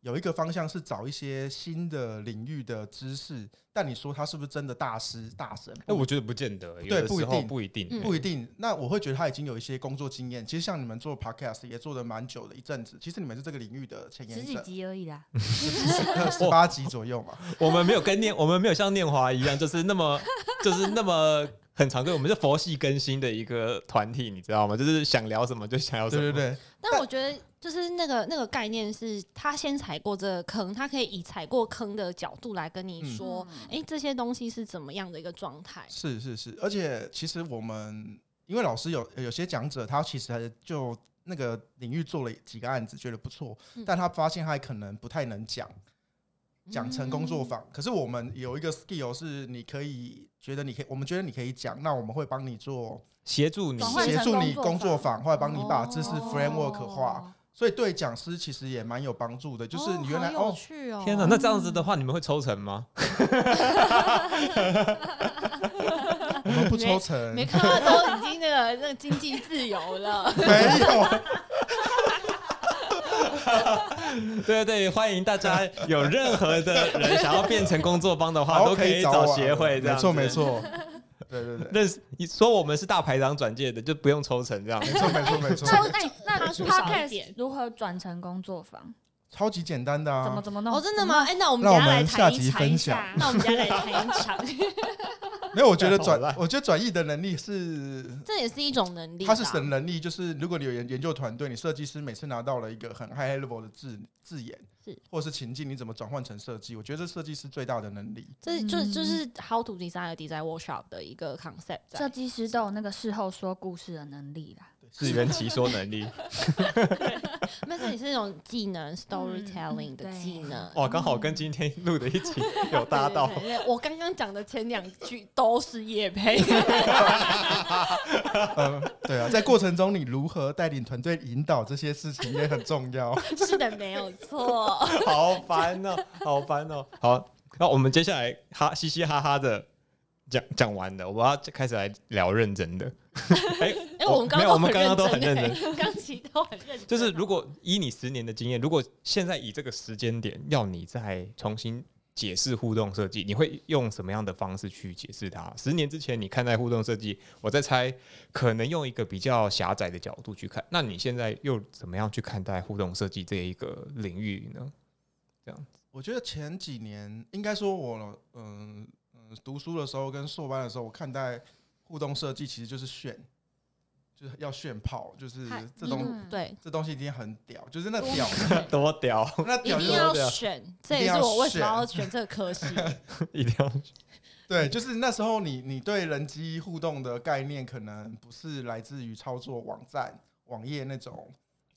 有一个方向是找一些新的领域的知识，但你说他是不是真的大师大神？
哎、我觉得不见得，有
对
的
不一
时候
定
不一定，
嗯
不一定。那我会觉得他已经有一些工作经验。其实像你们做 podcast 也做的蛮久的一阵子，其实你们是这个领域的前
十
沿
几
者，
集而已啦。
十八集左右嘛。
我们没有跟念，我们没有像念华一样， [laughs] 就是那么，就是那么很常规。我们是佛系更新的一个团体，你知道吗？就是想聊什么就想聊什
对
么。
对对，
但我觉得就是那个那个概念是，他先踩过这个坑，他可以以踩过坑的角度来跟
嗯
你
嗯
说，哎、这些东西是怎么样的一个状态？
是是是，而且其实我们因为老师有有些讲者，他其实就那个领域做了几个案子，觉得不错
嗯，
但他发现他可能不太能讲讲成工作坊。可是我们有一个 skill 是你可以觉得你可以，我们觉得你可以讲，那我们会帮你做
协助你
转换
协
成
助你
工
工
作
作
坊
坊，或者帮你把知识 framework 化。所以对讲师其实也蛮有帮助的，就是你原来
哦好有
哦，
趣哦，
天哪，那这样子的话，你们会抽成吗？
我们不抽成，
[laughs] 没
没
看到都已经那个那个经济自由了， [laughs]
有，
对对对，欢迎大家有任何的人想要变成工作坊的
[laughs]
话，都可以找
我
协会这样
没
子。
错没错，对对对，
认识你说我们是大排长转介的，就不用抽成这样。
没错没错没错，
哦
那哎，那
他说少一
podcast
点
如何转成工作坊？
超级简单的
怎么
啊，
怎么弄？
哦，真的吗？哎、那我们
那我
等一下来
们下
谈一
集
场一
分
下
享，。
[laughs] 那我们等一下来谈一场，
没有，我觉得
好
转
烂，
我觉得转译的能力是，
[laughs] 这也是一种能力
它
吧。
是神能力，就是如果你有研研究团队，你设计师每次拿到了一个很 high level 的字字眼
是，
或者是情境，你怎么转换成设计？我觉得这设计师最大的能力。
这就就是
嗯
How to Design a Design Workshop 的一个 concept 在。
设计师都有那个事后说故事的能力啦。
自圆其说能力，
那这也是一种技能，storytelling
嗯
的
对
技能。
哇，刚好跟今天录的一集有搭到
对。对对我刚刚讲的前两句都是叶佩，
嗯，对啊，在过程中你如何带领团队引导这些事情也很重
[laughs]
要。
是的，没有错。
[laughs] 好烦哦，好烦哦。好，那我们接下来哈嘻嘻哈哈的讲讲完了，我要开始来聊认真 [laughs] 的。哎、
哎，我们刚
没
刚
有，我们刚刚都很
很
认
欸
真。，
刚其实都很认真。
就是如果以你十年的经验，如果现在以这个时间点要你再重新解释互动设计，你会用什么样的方式去解释它？十年之前你看待互动设计，我在猜可能用一个比较狭窄的角度去看，那你现在又怎么样去看待互动设计这一个领域呢？
我觉得前几年应该说我，嗯嗯，读书的时候跟硕班的时候，我看待互动设计其实就是炫，就是要炫炮，就是
嗨
这东、
嗯
对，
这东西一定很屌，就是那
多
屌，
[laughs] 多屌，
那
一
屌就
定
是
要
对啊
选，这
一
也
定
是
要
我为什么
选
要选这个科系。
一定要
对，就是那时候你你对人机互动的概念，可能不是来自于操作网站、网页那种，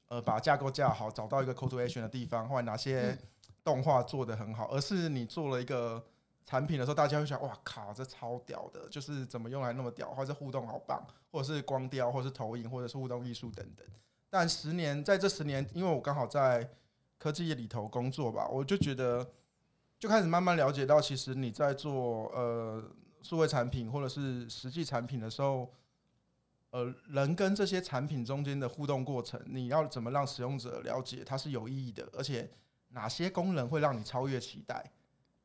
呃，把架构架好，找到一个 call to action 的地方，或者哪
嗯
些动画做得很好，而是你做了一个产品的时候，大家会想，哇靠，这超屌的，就是怎么用来那么屌，或者是互动好棒，或者是光雕，或者是投影，或者是互动艺术等等。但十年在这十年，因为我刚好在科技业里头工作吧，我就觉得。就开始慢慢了解到，其实你在做呃数位产品或者是实际产品的时候，呃，人跟这些产品中间的互动过程，你要怎么让使用者了解它是有意义的，而且哪些功能会让你超越期待？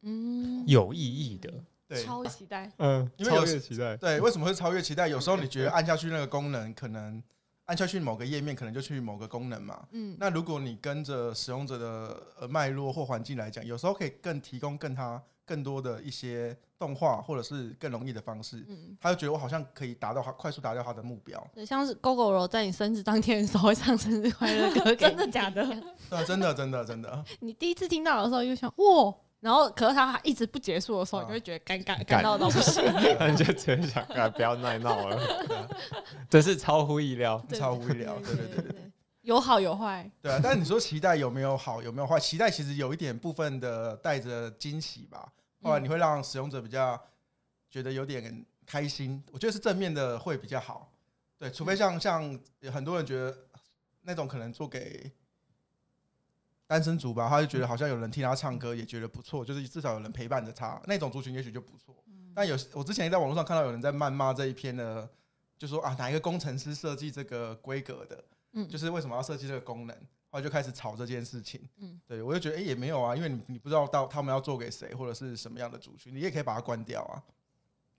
嗯，
[laughs] 有意义的，
对，
超期待。
嗯，
因为有
期待，
对，为什么会超越期待？有时候你觉得按下去那个功能，可能按下去某个页面，可能就去某个功能嘛。
嗯，
那如果你跟着使用者的呃脉络或环境来讲，有时候可以更提供更他更多的一些动画，或者是更容易的方式，
嗯，
他就觉得我好像可以达到他快速达到他的目标。
对，像是 GoGo 柔在你生日当天的时候会唱生日快乐歌，真的假的？
对，真的，真的，真的，
你第一次听到的时候就想哇，然后可是他一直不结束的时候，
啊
你就会觉得尴尬，
干
尴到到不行。
[laughs] 那你就直接想，啊，不要再闹了， [laughs] 真是超乎意料。
对
超无聊。对对对对
对，有好有坏，
对啊！但你说期待有没有好，有没有坏？期待其实有一点部分的带着惊喜吧，后
嗯
来你会让使用者比较觉得有点开心，我觉得是正面的会比较好。对，除非像像有很多人觉得那种可能做给单身族吧，他就觉得好像有人听他唱歌也觉得不错，就是至少有人陪伴着他，那种族群也许就不错。但有我之前也在网络上看到有人在谩骂这一篇的，就说啊哪一个工程师设计这个规格的，
嗯
就是为什么要设计这个功能，后来就开始吵这件事情。
嗯
对我就觉得哎、诶也没有啊，因为你你不知道到他们要做给谁或者是什么样的族群，你也可以把它关掉啊。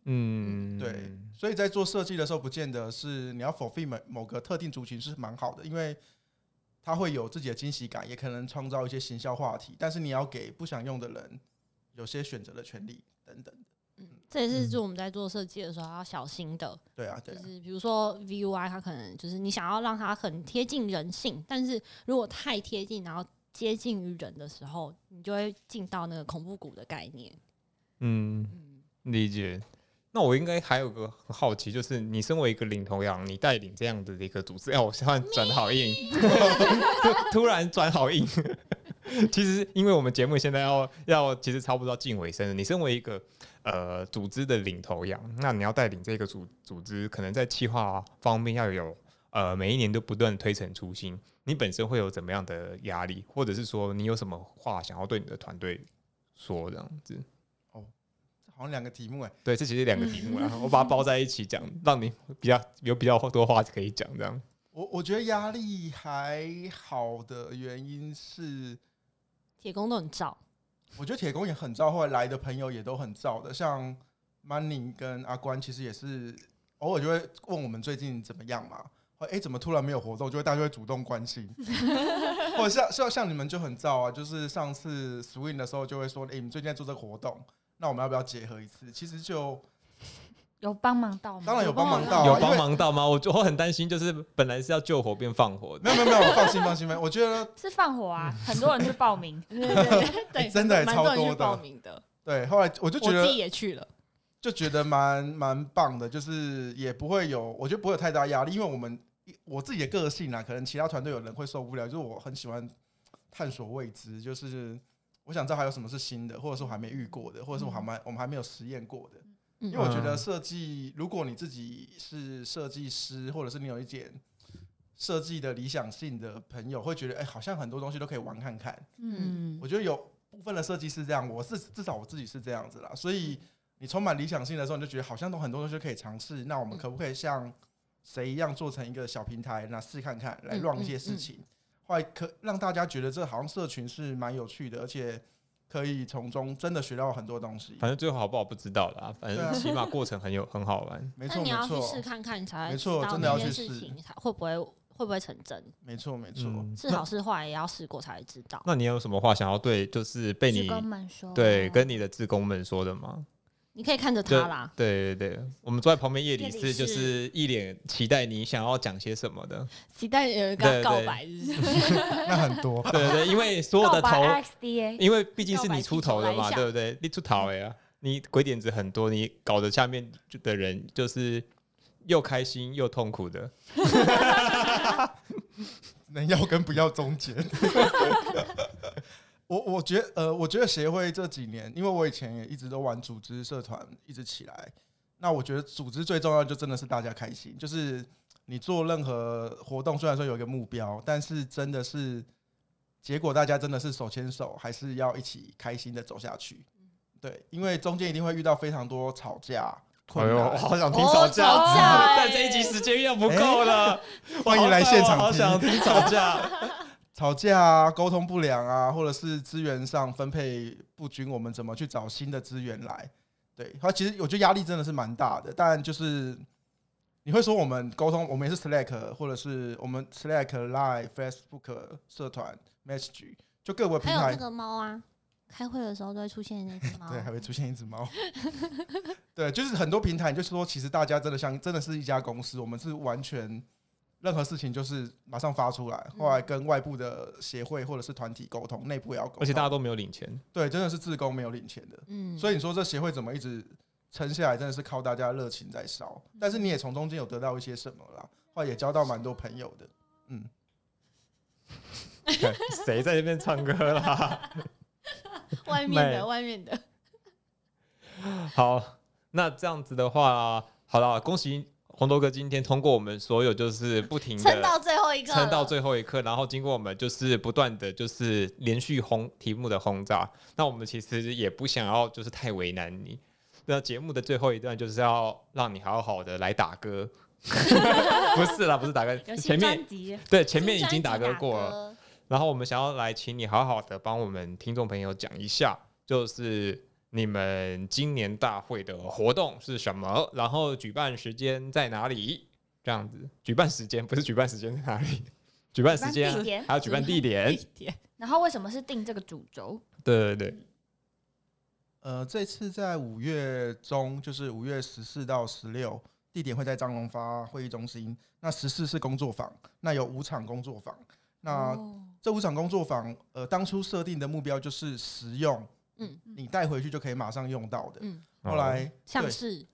嗯，
对，所以在做设计的时候，不见得是你要否定某某个特定族群是蛮好的，因为它会有自己的惊喜感，也可能创造一些行销话题，但是你要给不想用的人有些选择的权利等等。
这也是
嗯
就我们在做设计的时候要小心的，
对啊，对
就
啊，
是比如说 VUI，它可能就是你想要让它很贴近人性，但是如果太贴近，然后接近于人的时候，你就会进到那个恐怖谷的概念。
嗯，
嗯，
理解。那我应该还有个很好奇，就是你身为一个领头羊，你带领这样的一个组织，哎，我突然转好硬， [laughs] 突然转好硬。 [laughs] 其实，因为我们节目现在要要，其实差不多要近尾声了。你身为一个呃组织的领头羊，那你要带领这个组组织，可能在企划方面要有呃每一年都不断推陈出新。你本身会有怎么样的压力，或者是说你有什么话想要对你的团队说这样子？
好像两个题目哎，
对，这其实两个题目啦，我把它包在一起讲，让你比较有比较多话可以讲，这样。
我我觉得压力还好的原因是，
铁工都很
[laughs]
燥，
我觉得铁工也很燥，后来来的朋友也都很燥的，像 Money 跟阿关其实也是偶尔就会问我们最近怎么样嘛，或哎、诶怎么突然没有活动，就会大家就会主动关心，或者像像像你们就很燥啊，就是上次 Swing 的时候就会说，哎、你们最近在做这个活动，那我们要不要结合一次？其实就
有帮忙到吗？
当然有帮忙到、啊，
有
因为
帮忙到吗？我就我很担心，就是本来是要救火变放火的，
没有没有没有，放心放心放心，我觉得
是放火啊，很多人去报名。
对 [laughs] 对
欸真的
蛮
超
多人
多
去报
的
名的，
对。后来我就觉
我
得
自己也去了。
就觉得蛮蛮棒的，就是也不会有，我觉得不会有太大压力，因为我们我自己的个性啊，可能其他团队有人会受不了，就是我很喜欢探索未知，就是我想知道还有什么是新的，或者是我还没遇过的，或者是我还没、我们还没有实验过的。
嗯
因为我觉得设计，如果你自己是设计师，或者是你有一点设计的理想性的朋友，会觉得哎、好像很多东西都可以玩看看。
嗯，
嗯，
我觉得有部分的设计是这样，我是至少我自己是这样子啦，
嗯
所以你充满理想性的时候，你就觉得好像都很多东西可以尝试。那我们可不可以像谁一样做成一个小平台，那试看看，来
嗯
乱一
嗯
些事
嗯
情，后来可让大家觉得这好像社群是蛮有趣的，而且可以从中真的学到很多东西。
反正最后好不好不知道啦，反
对啊
正起码过程很有很好玩。
没
但
错，没
你要去
错
试，看看，才
没
知
错
道
真的要
那件
去试
事情它会不会会不会成真，
没错，没错。
嗯
是好是坏也要试过才知道。
那你有什么话想要对，就是被
职
你
工们说，
对跟你的职工们说的吗？
你可以看着
对
他啦，
对对对，我们坐在旁边夜里
夜里
是就
士
是一脸期待你想要讲些什么 [laughs] 的。
期待有人
对对
跟他告白，是不是？
那很多，
对对对，因为所有
告
的头
白
哎
XDA，
因为毕竟
告
是
白
你
气
出
球
头的
来一
嘛，
下
对不对？你出头的呀，你鬼点子很多，你搞得下面就的人就是又开心又痛苦的。
能要跟不要中间。 [laughs] 我我觉得呃，我觉得协会这几年，因为我以前也一直都玩组织社团，一直起来。那我觉得组织最重要就真的是大家开心，就是你做任何活动，虽然说有一个目标，但是真的是结果大家真的是手牵手，还是要一起开心的走下去。对，因为中间一定会遇到非常多吵架。
哎
困
呦，
难
我好想听
哦
吵架，
吵哎架
[laughs] 但这一集时间又不够了。
哎欢迎来现场
我好想
听
听吵
[laughs]
架。
吵架啊、沟通不良啊，或者是资源上分配不均，我们怎么去找新的资源来？对，它其实我觉得压力真的是蛮大的，但就是你会说我们沟通，我们也是 Slack 或者是我们 Slack、Line、Facebook 社团、Message，就各个平
还有那
台，
个猫啊，开会的时候都会出现的那只猫。啊
[laughs] 对，还会出现一只猫。对，就是很多平台，就是说，其实大家真的像真的是一家公司，我们是完全任何事情就是马上发出来，后来跟外部的协会或者是团体沟通，内部也要沟通。
而且大家都没有领钱，
对，真的是自工没有领钱的，
嗯，
所以你说这协会怎么一直撑下来，真的是靠大家热情在烧。但是你也从中间有得到一些什么啦，后来也交到蛮多朋友的。嗯，
谁在那边唱歌啦？
[laughs]
外面
美
的外面的，
好，那这样子的话，好了，恭喜红豆哥今天通过我们所有就是不停的
撑到最后一个了，
撑到最后一刻，然后经过我们就是不断的就是连续轰题目的轰炸，那我们其实也不想要就是太为难你。那节目的最后一段就是要让你好好的来打歌， [laughs] 不是啦，不是打歌，
有
前
新
面
专辑，
对前面已
新
经
专
打
辑
歌过了，。然后我们想要来请你好好的帮我们听众朋友讲一下，就是你们今年大会的活动是什么，然后举办时间在哪里？这样子，举办时间不是举办时间在哪里， [laughs] 举办时间啊
举办
啊
地点
还有举办地
哎
[laughs] 点。
然后为什么是定这个主轴？
对对对，
呃，这次在五月中，就是五月十四到十六，地点会在张荣发会议中心。那十四是工作坊，那有五场工作坊。那
哦
哦
这五场工作坊，呃，当初设定的目标就是实用，
嗯
你带回去就可以马上用到的。
哦
嗯，
后来
像
对
是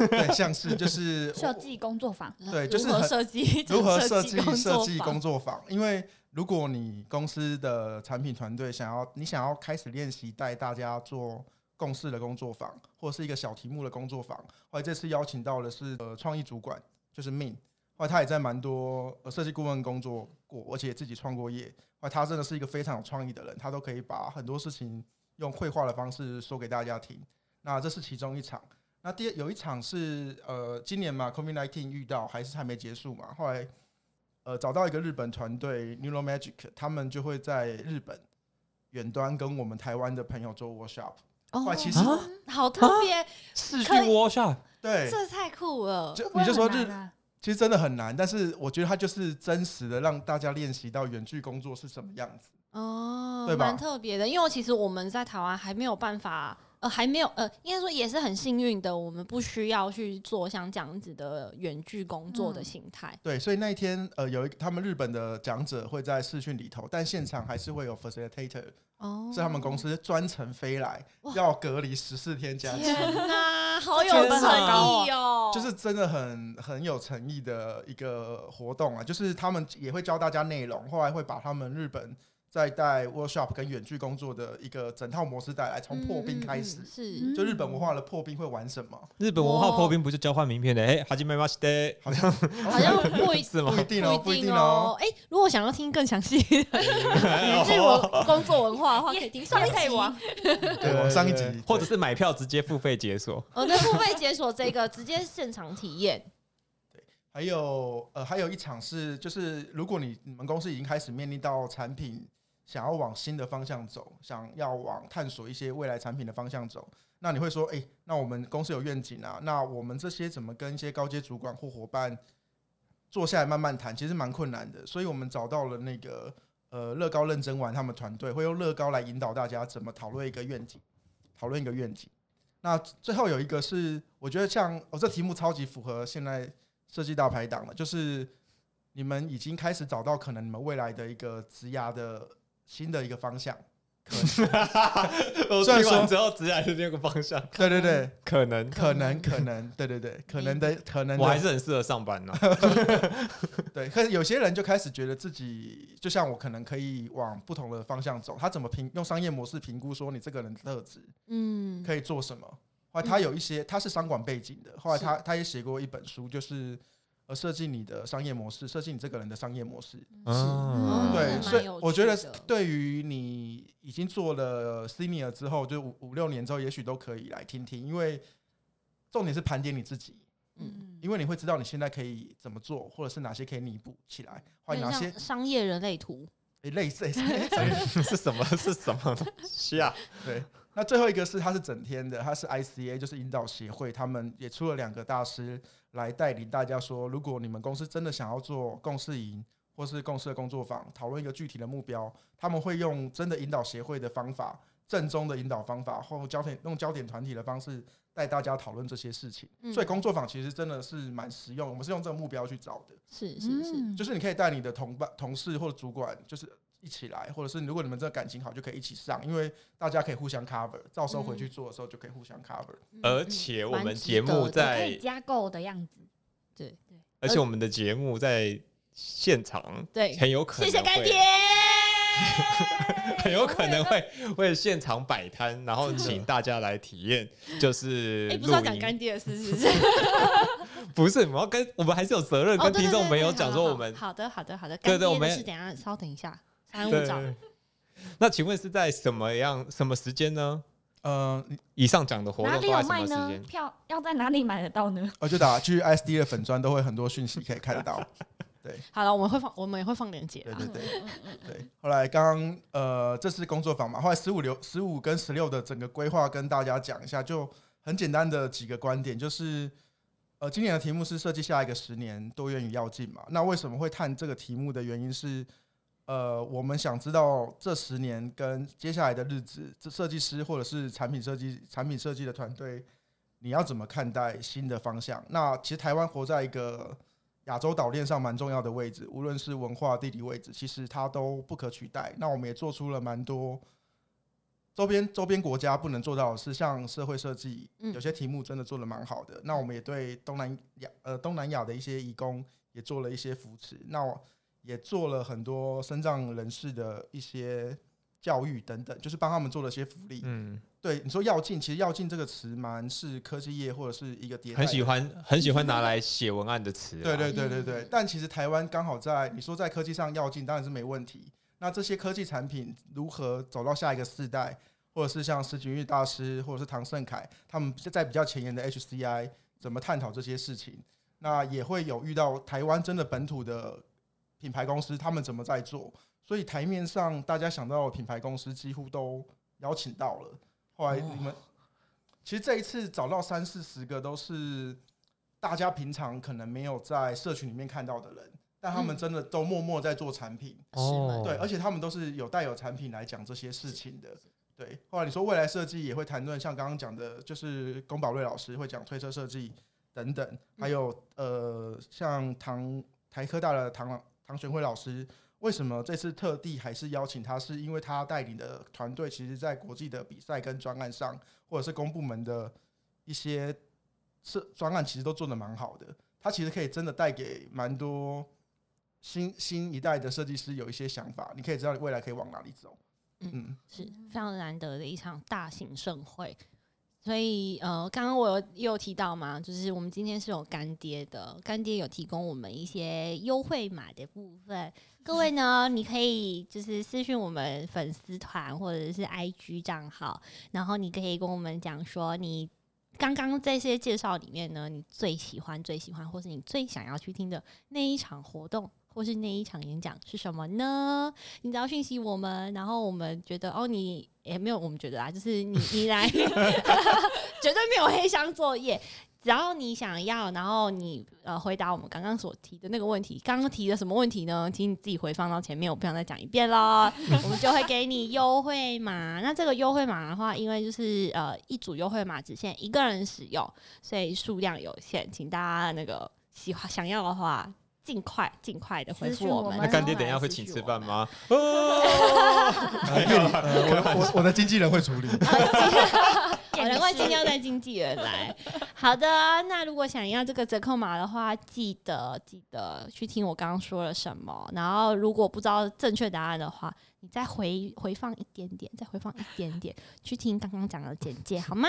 呃，对，像是就是
设计工作坊，
对就是
如何
很
设
[laughs]
计，
如何设计
计工
设
作
计
坊
工作坊？因为如果你公司的产品团队想要你想要开始练习带大家做共事的工作坊，或者是一个小题目的工作坊，后来这次邀请到的是呃创意主管，就是 Min，后来他也在蛮多呃设计顾问工作过，而且也自己创过业，后来他真的是一个非常有创意的人，他都可以把很多事情用绘画的方式说给大家听。那这是其中一场。那第二有一场是呃，今年嘛，COVID nineteen 遇到还是还没结束嘛，后来呃找到一个日本团队 Neuro Magic，他们就会在日本远端跟我们台湾的朋友做 workshop。后来
哦，
其实、
啊
好特别，
视讯
可以
workshop，
对，
这太酷了。
就
会
你就说
很
日
难啊
其实真的很难，但是我觉得它就是真实的让大家练习到远距工作是什么样子。
哦，
对吧
蛮特别的，因为其实我们在台湾还没有办法，呃，还没有，呃，应该说也是很幸运的，我们不需要去做像这样子的远距工作的形态。
对，所以那一天呃有一他们日本的讲者会在视讯里头，但现场还是会有 facilitator，
哦，
是他们公司专程飞来
哇
要隔离十四天加七
天啊 [laughs] 哪，好有
觉得
诚
很高
意哦！
就是真的很很有诚意的一个活动啊，就是他们也会教大家内容，后来会把他们日本在带 workshop 跟远距工作的一个整套模式带来，从破冰开始
嗯嗯，嗯
就日本文化的破冰会玩什么，
日本文化
哇
破冰不就交换名片的？哎，哈基梅马西德，
好像
是好像不一
是吗 [laughs]
[laughs] 不？一定哦，不一定
哦
哦。。
哎、如果想要听更详细的 [laughs] 日文工作文化的话， [laughs] 可以听上一集。
对，我上一集
或者是买票直接付费解
[laughs]
锁。
哦，对，付费解锁这个直接现场体验。
还有呃，还有一场是，就是如果你你们公司已经开始面临到产品想要往新的方向走，想要往探索一些未来产品的方向走，那你会说，哎、那我们公司有愿景啊，那我们这些怎么跟一些高阶主管或伙伴坐下来慢慢谈，其实蛮困难的。所以我们找到了那个呃乐高认真玩他们团队，会用乐高来引导大家怎么讨论一个愿景，讨论一个愿景。那最后有一个是，我觉得像哦，这题目超级符合现在设计大排档了，就是你们已经开始找到可能你们未来的一个职涯的新的一个方向。
我
虽
[laughs]
然
听
说
完之后，直然是这个方向，
对对对，
[laughs] 可能
可能可能，对对对，可能的可能的
我还是很适合上班呢。
对。可是有些人就开始觉得自己，就像我可能可以往不同的方向走。他怎么评用商业模式评估说你这个人的特质
嗯，
可以做什么？后
嗯
来他有一些，他是商管背景的，后来他他也写过一本书，就是呃设计你的商业模式，设计你这个人的商业模式。
嗯
嗯，
那
对，
蛮
所以
有
我觉得
趣的
对于你已经做了 senior 之后，就五五六年之后，也许都可以来听听，因为重点是盘点你自己，
嗯，
因为你会知道你现在可以怎么做，或者是哪些可以弥补起来，或
有
者
点
哪些
像商业人类图。
诶类似
[laughs]
类似。
[laughs] 是什么？是什么东西啊？
对，那最后一个是它是整天的，它是 ICA，就是引导协会，他们也出了两个大师来带领大家说，如果你们公司真的想要做共事营或是共事的工作坊，讨论一个具体的目标，他们会用真的引导协会的方法，正宗的引导方法，或焦点用焦点团体的方式带大家讨论这些事情。
嗯
所以工作坊其实真的是蛮实用，我们是用这个目标去找的。
是是是，
嗯
就是你可以带你的同伴、同事或者主管，就是一起来，或者是如果你们真的感情好，就可以一起上，因为大家可以互相 cover，到时候回去做的时候就可以互相 cover。
嗯
而
[laughs] 嗯
且我
蛮
们
值
节目
得的
可
在
以，加购的样子。
而且我们的节目在现场，
对，
很有可能
谢谢
会
干爹，
[laughs] 很有可能
[laughs]
会会现场摆摊，然后请大家来体验，就是
哎，不
录
是要讲
音
干爹的事，是不是？
[laughs]
不是，我要跟我们还是有责任
哦，
跟
对
听
对
众
对
朋友
对
讲
好
说
好
我们
好的好的好的，
对
干
对
爹
我们
的事等一下稍等一下，三五找
对。那请问是在什么样什么时间呢？
呃，
以上讲的活
哪
动
里
都
有
在
卖
什么时
呢
间？？
票要在哪里买得到呢？
我就打去 SD 的粉砖，都会很多讯息可以看得到。
好了，我们会放，我们也会放链接
对
啦。
对对对。后来刚刚呃，这次工作坊嘛，后来十五六、十五跟十六的整个规划跟大家讲一下，就很简单的几个观点，就是呃，今年的题目是设计下一个十年多元与要进嘛。那为什么会探这个题目的原因是，呃，我们想知道这十年跟接下来的日子，这设计师或者是产品设计、产品设计的团队，你要怎么看待新的方向？那其实台湾活在一个亚洲岛链上蛮重要的位置，无论是文化、地理位置，其实它都不可取代。那我们也做出了蛮多周边周边国家不能做到的是，像社会设计，
嗯
有些题目真的做的蛮好的。那我们也对东南亚呃东南亚的一些义工也做了一些扶持，那我也做了很多身障人士的一些教育等等，就是帮他们做了一些福利。
嗯，
对你说“要进”，其实“要进”这个词蛮是科技业或者是一个
嗯
迭代的
很喜欢很喜
[laughs]
欢拿来写文案的词啊，
对对对对
嗯
对，但其实台湾刚好在你说在科技上要进，当然是没问题。那这些科技产品如何走到下一个世代，或者是像石景玉大师，或者是唐盛凯，他们在比较前沿的 HCI 怎么探讨这些事情？那也会有遇到台湾真的本土的品牌公司，他们怎么在做？所以台面上大家想到的品牌公司几乎都邀请到了。后来你们、其实这一次找到三四十个都是大家平常可能没有在社群里面看到的人，但他们
嗯
真的都默默在做产品。
哦，
对，而且他们都是有带有产品来讲这些事情的。对，后来你说未来设计也会谈论，像刚刚讲的，就是宫保瑞老师会讲推车设计等等，还有呃，像唐台科大的唐老唐玄辉老师，为什么这次特地还是邀请他？是因为他带领的团队，其实在国际的比赛跟专案上，或者是公部门的一些是专案，其实都做的蛮好的。他其实可以真的带给蛮多新新一代的设计师有一些想法，你可以知道你未来可以往哪里走。
嗯
嗯，
是非常难得的一场大型盛会。所以呃，刚刚我有也有提到嘛，就是我们今天是有干爹的，干爹有提供我们一些优惠码的部分。各位 [laughs] 呢，你可以就是私讯我们粉丝团或者是 IG 账号，然后你可以跟我们讲说你。刚刚这些介绍里面呢，你最喜欢、最喜欢，或是你最想要去听的那一场活动，或是那一场演讲是什么呢？你只要讯息我们，然后我们觉得哦，你也、没有我们觉得啦，就是你你
[laughs]
来，绝对没有黑箱作业。只要你想要，然后你呃回答我们刚刚所提的那个问题，刚刚提的什么问题呢？请你自己回放到前面，我不想再讲一
[laughs]
遍喽。我们就会给你优惠码。那这个优惠码的话，因为就是呃一组优惠码只限一个人使用，所以数量有限，请大家那个喜欢想要的话，尽快尽快的回
私
复
讯我
们
们哦
那干爹等一下会请吃
啊
饭吗？哦，
呃我我我的经纪人会处理。
好，难怪今天要带经纪人 [laughs] 来。好的，那如果想要这个折扣码的话，记得记得去听我刚刚说了什么。然后，如果不知道正确答案的话，你再回回放一点点，再回放一点点，去听刚刚讲的简介，好吗？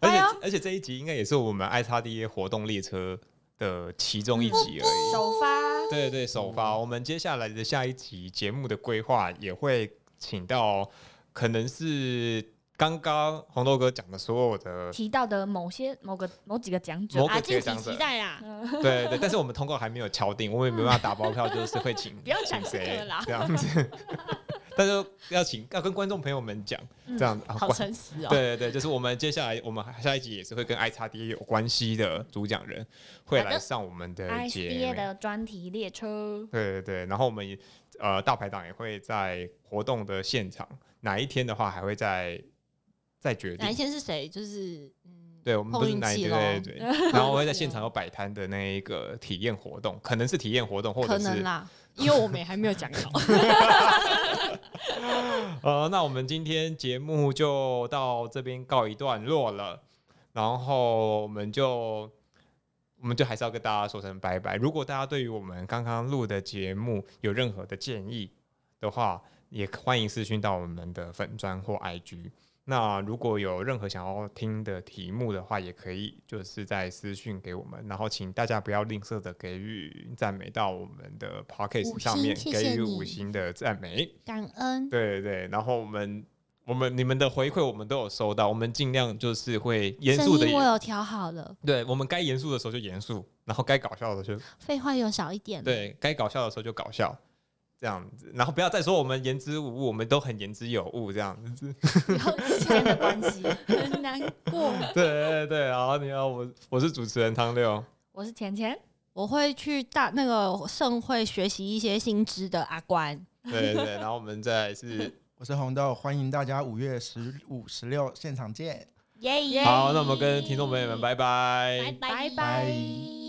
而且
哎呦
而且这一集应该也是我们 I 叉 D A 活动列车的其中一集而
嗯
已。
首发
对对，首发。我们接下来的下一集节目的规划也会请到，可能是刚刚红豆哥讲的所有的，
提到的某些某个某几个讲者
某，
啊，
个接
敬请
档者
期，待啦！
对对对。但是我们通告还没有敲定，我们也没办法打包票，就是会请
[laughs] 不要讲
请
这个
谁 [laughs]
啦
这样子。但是要请要跟观众朋友们讲，这样子啊，
嗯好
观
诚实哦。
对对对，就是我们接下来我们下一集也是会跟 I 叉 D 有关系的主讲人会来上我们的
ISBA
节目。
的专题列车，
对对对，然后我们也呃大排档也会在活动的现场，哪一天的话还会再再决
哪
定。
一天是谁？就是嗯，
对，我们不
碰
是
运
哪一
气
天，
咯
对对对，然后我会在现场有摆摊的那一个体验活动，可能是体验活动，或
可
者
能
是
啦，因为我们也还没有讲好。
[laughs] 呃，那我们今天节目就到这边告一段落了，然后我们就我们就还是要跟大家说声拜拜。如果大家对于我们刚刚录的节目有任何的建议的话，也欢迎私讯到我们的粉砖或 IG。那如果有任何想要听的题目的话，也可以就是在私讯给我们，然后请大家不要吝啬的给予赞美到我们的 p o c k e t 上面，
谢谢
给予
你
五星的赞美。
[laughs] 感恩，
对对，然后我们我们你们的回馈我们都有收到，我们尽量就是会严
声
肃的
音我有调好了，
对我们该严肃的时候就严肃，然后该搞笑的时候
废话有少一点。，
对该搞笑的时候就搞笑，这样子，然后不要再说我们言之无物，我们都很言之有物这样子。
之间的关系。
很难过。
对对对，然后你要我我是主持人汤六，
我是钱钱，
我会去大那个盛会学习一些新知的阿关，
对对对，然后我们再来是
我是红豆，欢迎大家五月十五、十六现场见。
[laughs] 耶、
好，那我们跟听众朋友们拜拜
拜
拜
拜
拜。
拜